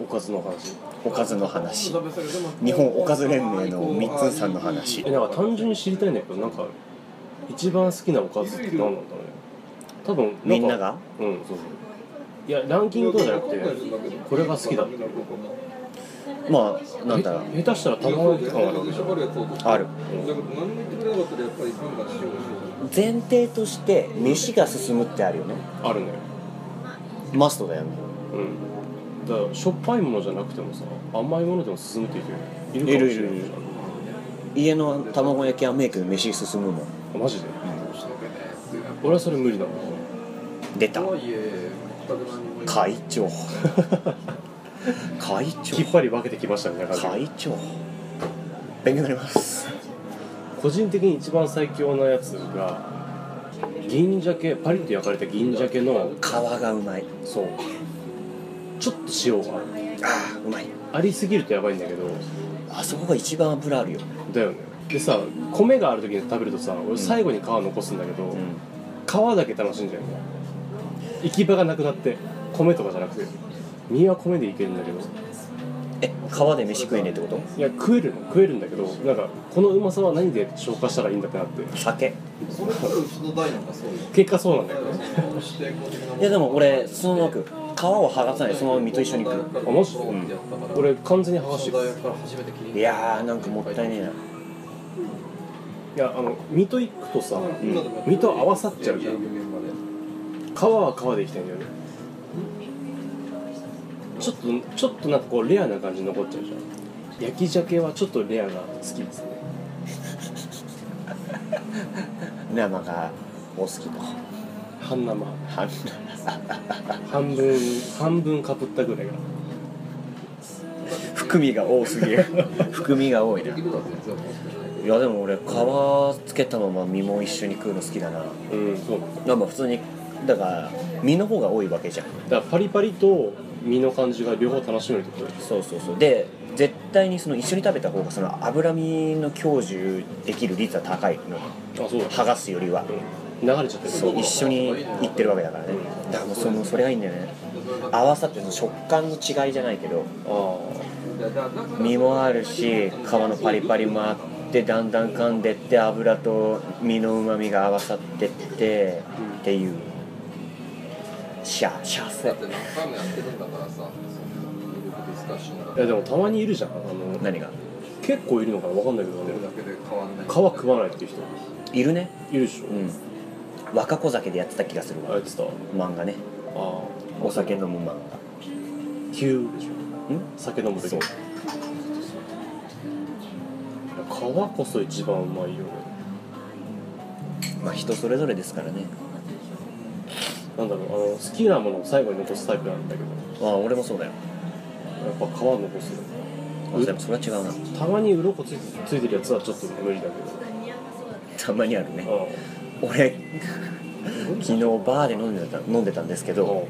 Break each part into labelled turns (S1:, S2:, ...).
S1: おかずの話
S2: おかずの話日本おかず連盟の三つさんの話
S1: えなんか単純に知りたいんだけどなんか一番好きなおかずって何なんだろうね多分か
S2: みんなが
S1: うんそうそういやランキングとかじゃなくてこれが好きだ
S2: まあなんだろう
S1: へ下手したら卵焼きとかもあるわけじゃん
S2: ある
S3: だから何も言ってくれなかったらやっぱり文化しよう
S2: 前提として飯が進むってあるよね
S1: あるね
S2: マストだよね
S1: うんだからしょっぱいものじゃなくてもさ甘いものでも進むって人いるいるかもしれない
S2: いるいるい
S1: じ
S2: る家の卵焼きはメイクで飯進むもん
S1: ゃんマジで俺はそれ無理なの
S2: 出た
S3: はいえ全く何も言
S2: 会長会長
S1: きっぱり分けてきましたねだから
S2: 会長勉強になります
S1: 個人的に一番最強なやつが銀鮭パリッと焼かれた銀鮭の
S2: 皮がうまい
S1: そうちょっと塩がある
S2: あーうまい
S1: ありすぎるとやばいんだけど
S2: あそこが一番油あるよ、
S1: だよねでさ米がある時に食べるとさ俺最後に皮残すんだけど、皮だけ楽しんじゃうよね行き場がなくなって米とかじゃなくて身は米でいけるんだけど
S2: え皮で飯食えねえってこと
S1: いや食えるの食えるんだけどなんかこのうまさは何で消化したらいいんだってなって
S2: 酒
S3: うそれこそうちの代なんかそういう
S1: 結果そうなんだよね
S3: い
S2: いやでも俺そのまま食う皮を剥がさないそのまま身と一緒に食う
S1: あマジ俺完全に剥がしてる
S2: いやーなんかもったいねえない
S1: やあの身と行くとさ、身と合わさっちゃうじゃん皮は皮でいきたいんだよねちょっとちょっとなんかこうレアな感じに残っちゃうじゃん焼き鮭はちょっとレアが好きですね
S2: 生がお好きと
S1: 半生
S2: 半
S1: 半分半分かぶったぐらいが
S2: 含みが多す ぎる含みが多いないやでも俺皮つけたまま身も一緒に食うの好きだな
S1: うんそうなんだ
S2: まあまあ普通にだから身の方が多いわけじゃん
S1: だからパリパリと身の感じが両方楽しめるってことでし
S2: そうそうそうで絶対にその一緒に食べた方がその脂身の享受できる率は高いの
S1: ょあそうだ
S2: 剥がすよりは
S1: うん流れちゃってる
S2: そう一緒に行ってるわけだからねだからもうそのそれがいいんだよね合わさってその食感の違いじゃないけど
S1: あ
S2: 身もあるし皮のパリパリもあってだんだん噛んでって油と身のうまみが合わさってってっていうシャシャセ
S1: あいやでもたまにいるじゃんあの
S2: 何が
S1: 結構いるのかなわかんないけどね皮食わないっていう人
S2: いるね
S1: いるでしょ、
S2: うん若子酒でやってた気がする
S1: あ
S2: わ
S1: いつだあ
S2: 漫画ね
S1: あ
S2: お酒飲む漫
S1: 急でしょ
S2: 画ん
S1: 酒飲む時
S2: そう
S1: 皮こそ一番うまいよね
S2: まあ人それぞれですからね
S1: なんだろうあの好きなものを最後に残すタイプなんだけど
S2: ああ俺もそうだよ
S1: やっぱ皮残すよ
S2: あでもそれは違うな
S1: たまに鱗ついてついてるやつはちょっと無理だけ
S2: たまにあるね
S1: ど
S2: 俺昨日バーで飲んでた飲んでたんですけ
S1: う
S2: ど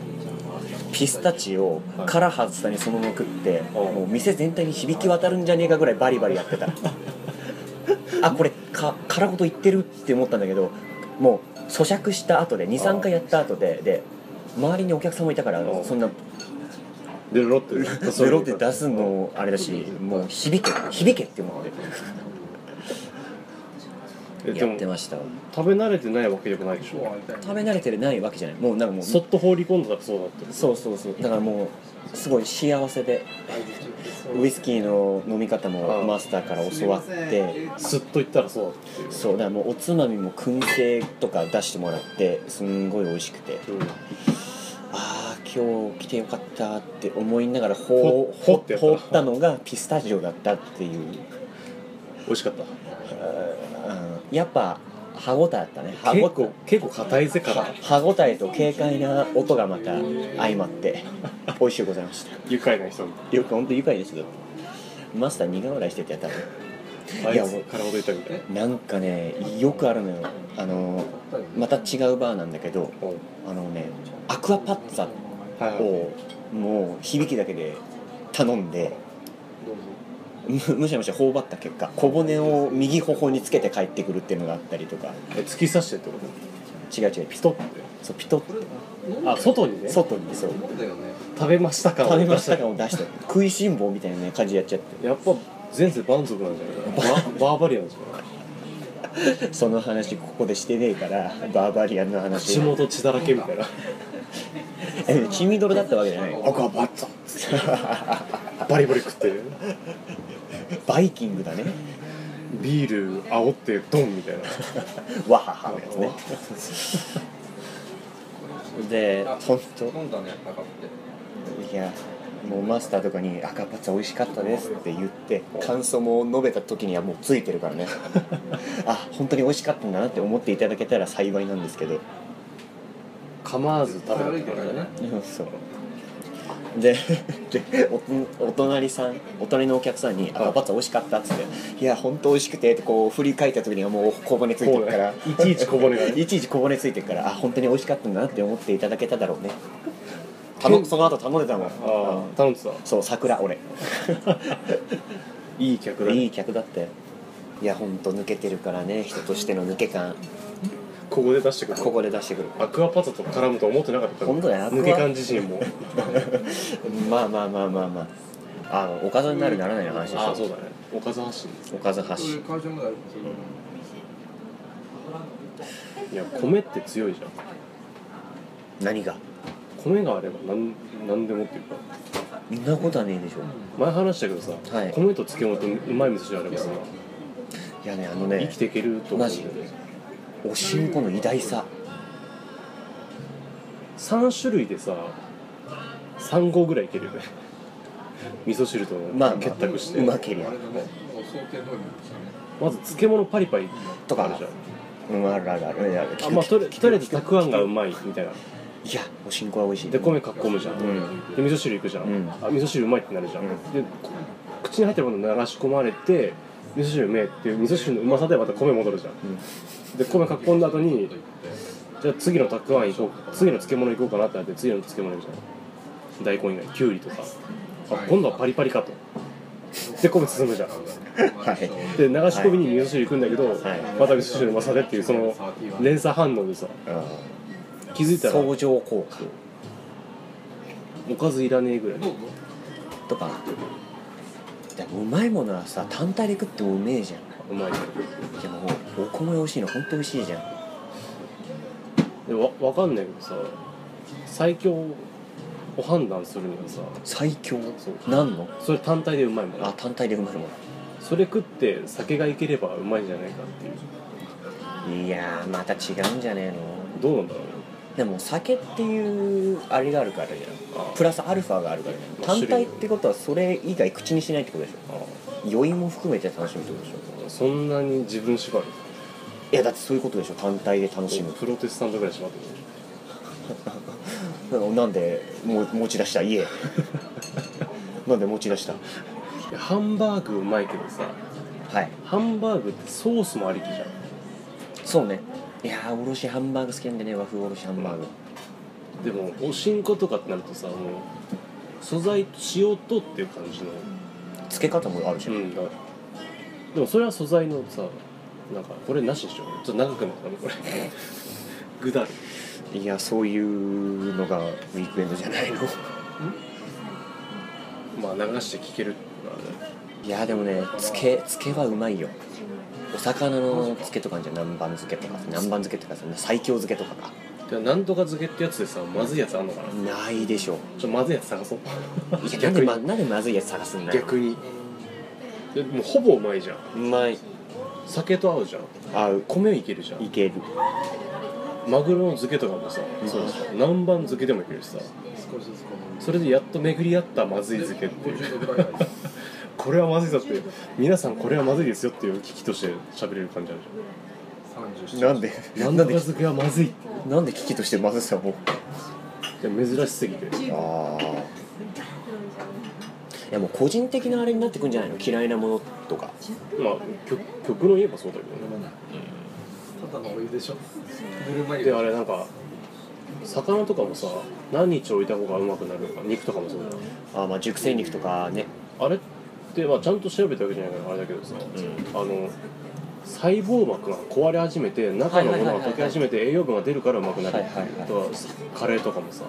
S2: ピスタチオから外したにそのまま食って
S1: うん
S2: もう店全体に響き渡るんじゃねえかぐらいバリバリやっ てたあこれか殻ごといってるって思ったんだけどもう咀嚼した後で23回やった後でで周りにお客さんもいたから
S1: うん
S2: そんな
S1: んでロって
S2: ベロって出すのもあれだしもう響け響けって思って
S1: えで
S2: やっ
S1: も
S2: てました
S1: 食べ慣れてないわけでもないでしょ
S2: 食べ慣れてないわけじゃないもうなんかもう
S1: そっと放り込んだらそうだって
S2: そうそうそうだからもうすごい幸せでウイスキーの飲み方もマスターから教わって
S1: すっといったらそうだっていう
S2: そうだからもうおつまみも燻製とか出してもらってすんごい美味しくて
S1: うん
S2: ああ今日来てよかったって思いながらほ
S1: ほ
S2: うほ
S1: ほってやった
S2: ほったのがピスタジオだったっていう
S1: 美味しかった
S2: あーやっぱ歯ごたえだったね歯
S1: 結
S2: ご
S1: 構結構硬いぜから
S2: 歯ごたえと軽快な音がまた相まって美味しゅうございました
S1: 愉快な人に
S2: よく本当愉快ですよマスター苦笑いしててやったの
S1: あ
S2: いや
S1: いつからほどいたみたい
S2: なんかねよくあるのよあのまた違うバーなんだけど
S1: うん
S2: あのねアクアパッツァ
S1: はいはい
S2: をもう響きだけで頼んでむむしゃむしゃ頬張った結果小骨を右頬につけて帰ってくるっていうのがあったりとか
S1: え突き刺してってこと
S2: 違う違うピ
S1: ピ
S2: ト
S1: トって
S2: そうピトって
S1: あ外にね
S2: 外にそう
S3: そうだよね
S1: 食べましたか
S2: 食べました感を出して食いしん坊みたいなね感じでやっちゃって
S1: やっぱ前世満足なんじゃないかな ババーバリアンじゃない
S2: その話ここでしてねえからバーバリアンの話
S1: 口元血だらけみたいな
S2: え血みどろだったわけじゃないよ
S1: 僕はバッツァバリバリ食ってる
S2: バイキングだね
S1: ビール煽ってドンみたいな
S2: わははのやつねで本当
S3: 飲んだね赤って
S2: いやもうマスターとかに「赤パッツァ美味しかったです」って言って感想も述べた時にはもうついて るからねあ本当に美味しかったんだなって思っていただけたら幸いなんですけど
S1: 構わず食べ
S3: 歩い
S1: る
S3: て
S1: か
S3: かららね
S1: ね
S2: そうででおとお隣さんお隣のお客さんに
S1: は
S2: 「
S1: い
S2: 赤パッツァ美味しかった」っつって「いや本当美味しくて」ってこう振り返った時にはもう小骨ついて
S1: こ
S2: る
S1: う
S2: か
S1: ね
S2: ら
S1: いちいちこぼれがね
S2: いちいちこぼれついてるからあ本当に美味しかったんだなって思っていただけただろうね頼むその後頼んでたもん
S1: ああ頼んでた
S2: そう桜俺
S1: いい客だね
S2: いい客だっていやほんと抜けてるからね人としての抜け感
S1: ここで出してくる
S2: ここで出してくる
S1: アクアパッツァと絡むと思ってなかったから
S2: 本当だよアクア
S1: 抜け感自身も
S2: まあまあまあまあまああのおかずになるならないの話でし
S1: ああそう
S2: ょ
S1: だねおかず発信
S2: おかず
S3: そうい
S2: 箸
S3: う会社まであるそれ
S1: いや米って強いじゃん
S2: 何が
S1: 米があれば何何でもっていうか
S2: そんなことはねえでしょ
S1: 前話したけどさ、
S2: はい
S1: 米と漬物とうまい味噌汁あればさ
S2: いやねあの
S1: 生
S2: ね
S1: きていけると思う
S2: マジおしんこの偉大さ
S1: 3種類でさ3合ぐらいいけるよね味噌汁と
S2: まあ
S1: 結託して、
S2: う
S1: ま
S2: まけり
S3: あ
S2: ゃ
S3: れだね想定通りにしたね
S1: ず漬物パリパリ
S2: とか
S1: あるじゃん
S2: うんあるあるあるいや
S1: あまあとりとりあえずたくあんがうまいみたいない
S2: やおしんこは美味しい
S1: で米かっこむじゃん、
S2: うん
S1: で味噌汁いくじゃん、
S2: うん
S1: あ味噌汁うまいってなるじゃん、
S2: うん
S1: でこ口に入ってるもの流し込まれて味噌汁うめえっていう味噌汁のうまさでまた米戻るじゃん、で米かっこんだ後にじゃあ次のたくあん行こうか次の漬物行こうかなってなって次の漬物行くじゃん大根以外きゅうりとかあ今度はパリパリかとで米進むじゃん
S2: はい
S1: で流し込みに味噌汁行くんだけど、
S2: はい
S1: また味噌汁のうまさでっていうその連鎖反応でさ
S2: うん
S1: 気づいたら
S2: 相乗効果
S1: おかずいらねえぐらい
S3: どうぞ
S2: とかでもうまいものはさ単体で食ってもうめえじゃ
S1: う
S2: ん
S1: まいね
S2: でもお米美味しいの本当美味しいじゃん
S1: でわわかんないけどさ最強を判断するにはさ
S2: 最強
S1: そう
S2: なんの
S1: それ単体でうまいも
S2: あ
S1: ん
S2: 単体でうまいも
S1: それ食って酒がいければうまいんじゃないかっていう
S2: のいやーまた違うんじゃねえの
S1: どうなんだろうね
S2: でも酒っていうあれがあるからじゃん
S1: あ
S2: プラスアルファがあるからじゃん
S1: まあ
S2: 単体ってことはそれ以外口にしないってことでしょ酔いも含めて楽しむってことでしょ
S1: そんなに自分縛る
S2: いやだってそういうことでしょ単体で楽しむ
S1: プロテスタントぐらい縛ってる
S2: なんでもう持ち出した 家なんで持ち出した
S1: いやハンバーグうまいけどさ
S2: はい
S1: ハンバーグってソースもありきじゃん
S2: そうねいやーおろしハンバーグ好きなんでね和風おろしハンバーグ
S1: でもおしんことかってなるとさもう素材と塩とっていう感じの
S2: つけ方もあるじゃん、
S1: うんだからでもそれは素材のさなんかこれなしでしょちょっと長くなったねこれ ぐだる
S2: いやそういうのがウィークエンドじゃないの
S1: まあ流して聞けるからね
S2: いやでもねつけつけはうまいよお魚のつけとかあんじゃん南蛮漬けとかさ南蛮漬けとかさ最強漬けとかか
S1: でもなんとか漬けってやつでさまずいやつあんのかなちょ
S2: ないでしょ
S1: っとまずいやつ探 そう
S2: いやな
S1: 逆
S2: んで、
S1: に
S2: ま、なんでまずいやつ探すんだよ
S1: 逆にでもうほぼうまいじゃん
S2: うまい
S1: 酒と合うじゃん
S2: 合う
S1: 米いけるじゃ
S2: い
S1: ん
S2: ける
S1: マグロの漬けとかもさ、
S2: ん
S1: そうでしょ南蛮漬けでもいけるしさ
S3: 少しずつこの
S1: それでやっと巡り合ったまずい漬けっていう
S3: 50度ぐらいがいい
S1: これはまずいぞっていう皆さんこれはまずいですよっていう危機として喋れる感じある
S3: 37
S2: なんで
S1: じゃん
S2: なん
S1: 南蛮
S2: で
S1: 漬けはまずいって
S2: なんで危機としてまずさもう
S1: いや珍しすぎて
S2: ああいやもう個人的なあれになってくんじゃないの嫌いなものとか
S1: まあ曲曲の言えばそうだけどね
S3: ただのお湯でしょぬるま湯
S1: であれなんか魚とかもさ何日置いた方がうまくなるのか肉とかもそうだよ
S2: あーまあ熟成肉とかね
S1: あれって、まあ、ちゃんと調べたわけじゃないからあれだけどさ、
S2: うん
S1: あの細胞膜が壊れ始めて中のものが溶け始めて栄養分が出るからうまくなるって
S2: はいはいいうは
S1: だ
S2: い
S1: からカレーとかもさ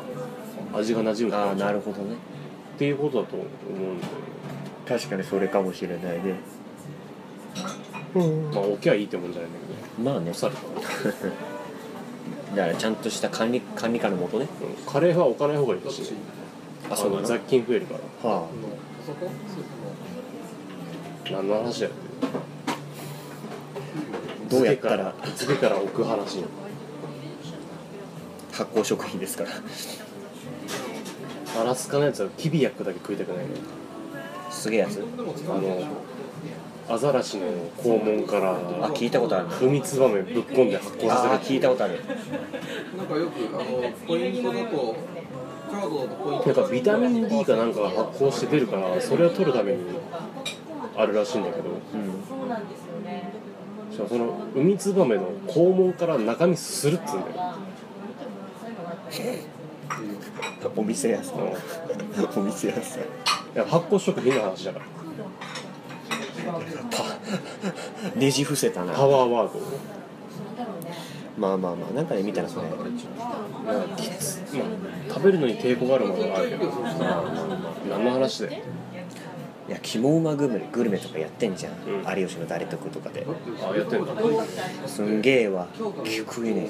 S1: 味が馴染むと
S2: ああ
S1: か
S2: なるほどね
S1: っていうことだと思うんだよね
S2: 確かにそれかもしれないね
S1: まあ置きゃいいってもんじゃないんだけど
S2: まあ
S1: 干
S2: ねだ
S1: さ
S2: か
S1: れたら、
S2: らちゃんとした管理管理下のもとね
S1: うんカレーは置かない方がい
S3: ど
S1: い
S3: っち
S1: し
S2: あ
S1: あ
S2: そう
S1: の
S2: だ
S1: 雑
S2: な
S1: 菌増えるから
S2: は
S3: あのそこスープの
S1: 何の話だよ
S2: あどうやったら
S1: 漬けから置く話
S2: 発酵食品ですから
S1: アラスカのやつはキビヤックだけ食いたくないね
S2: すげえやつ
S3: でも使
S1: あ
S3: うんでしょ
S1: のアザラシの肛門から
S2: あ聞いたことある
S1: 踏みつばめぶっ込んで発酵させる
S2: ああ聞いたことある
S3: なんかよくあのポイントだとカードのポイント
S1: なんかビタミン D かなんかが発酵して出るからそれを取るためにあるらしいんだけど
S2: うん
S1: しかもそのウミツバメの肛門から中身するっつうんだよ、
S2: お店屋さ
S1: うん、い
S2: んお店屋さん
S1: や発酵食品の話だから
S2: ねじ伏せたな
S1: パワーワード
S2: まあまあまあなんかで見たらそれ
S1: なんかきつ、まあ、食べるのに抵抗があるものがあるけど何の話だよ
S2: いや肝うまグルメグルメとかやってんじゃん、
S1: うん
S2: 有吉の誰得とかで
S1: あやってんだ
S2: すんげえわ食えねえ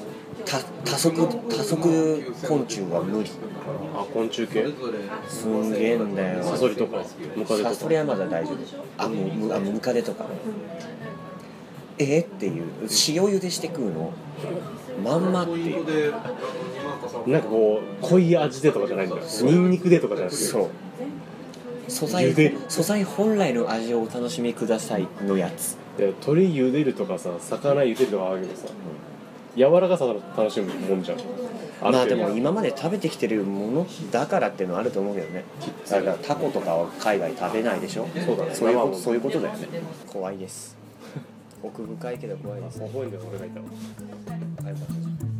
S2: た多足多足昆虫は無理
S1: あ昆虫系
S2: すんげえんだよ
S1: サソリとかムカデ
S2: サ
S1: と
S2: ソ
S1: か
S2: リはまだ大丈夫あもうむあムカデとかえーっていう塩茹でして食うのまんまっていう
S1: なんかこう濃い味でとかじゃないんだよニンニクでとかじゃなくて
S2: そう素材
S1: 茹で
S2: 素材本来の味をお楽しみくださいのやつ
S1: で鶏茹でるとかさ魚茹でるとかあるけどさ、柔らかさを楽しむもんじゃんあ
S2: まあ
S1: る
S2: で
S1: 程度
S2: も今まで食べてきてるものだからっていうのはあると思うけどねだからタコとかは海外食べないでしょ
S1: そうだね
S2: そういう
S1: 生
S2: こ
S1: も
S2: と
S1: ん
S2: そういうことだよね怖いです奥深いけど怖いです
S1: 微笑んでる俺がいたわ
S2: はい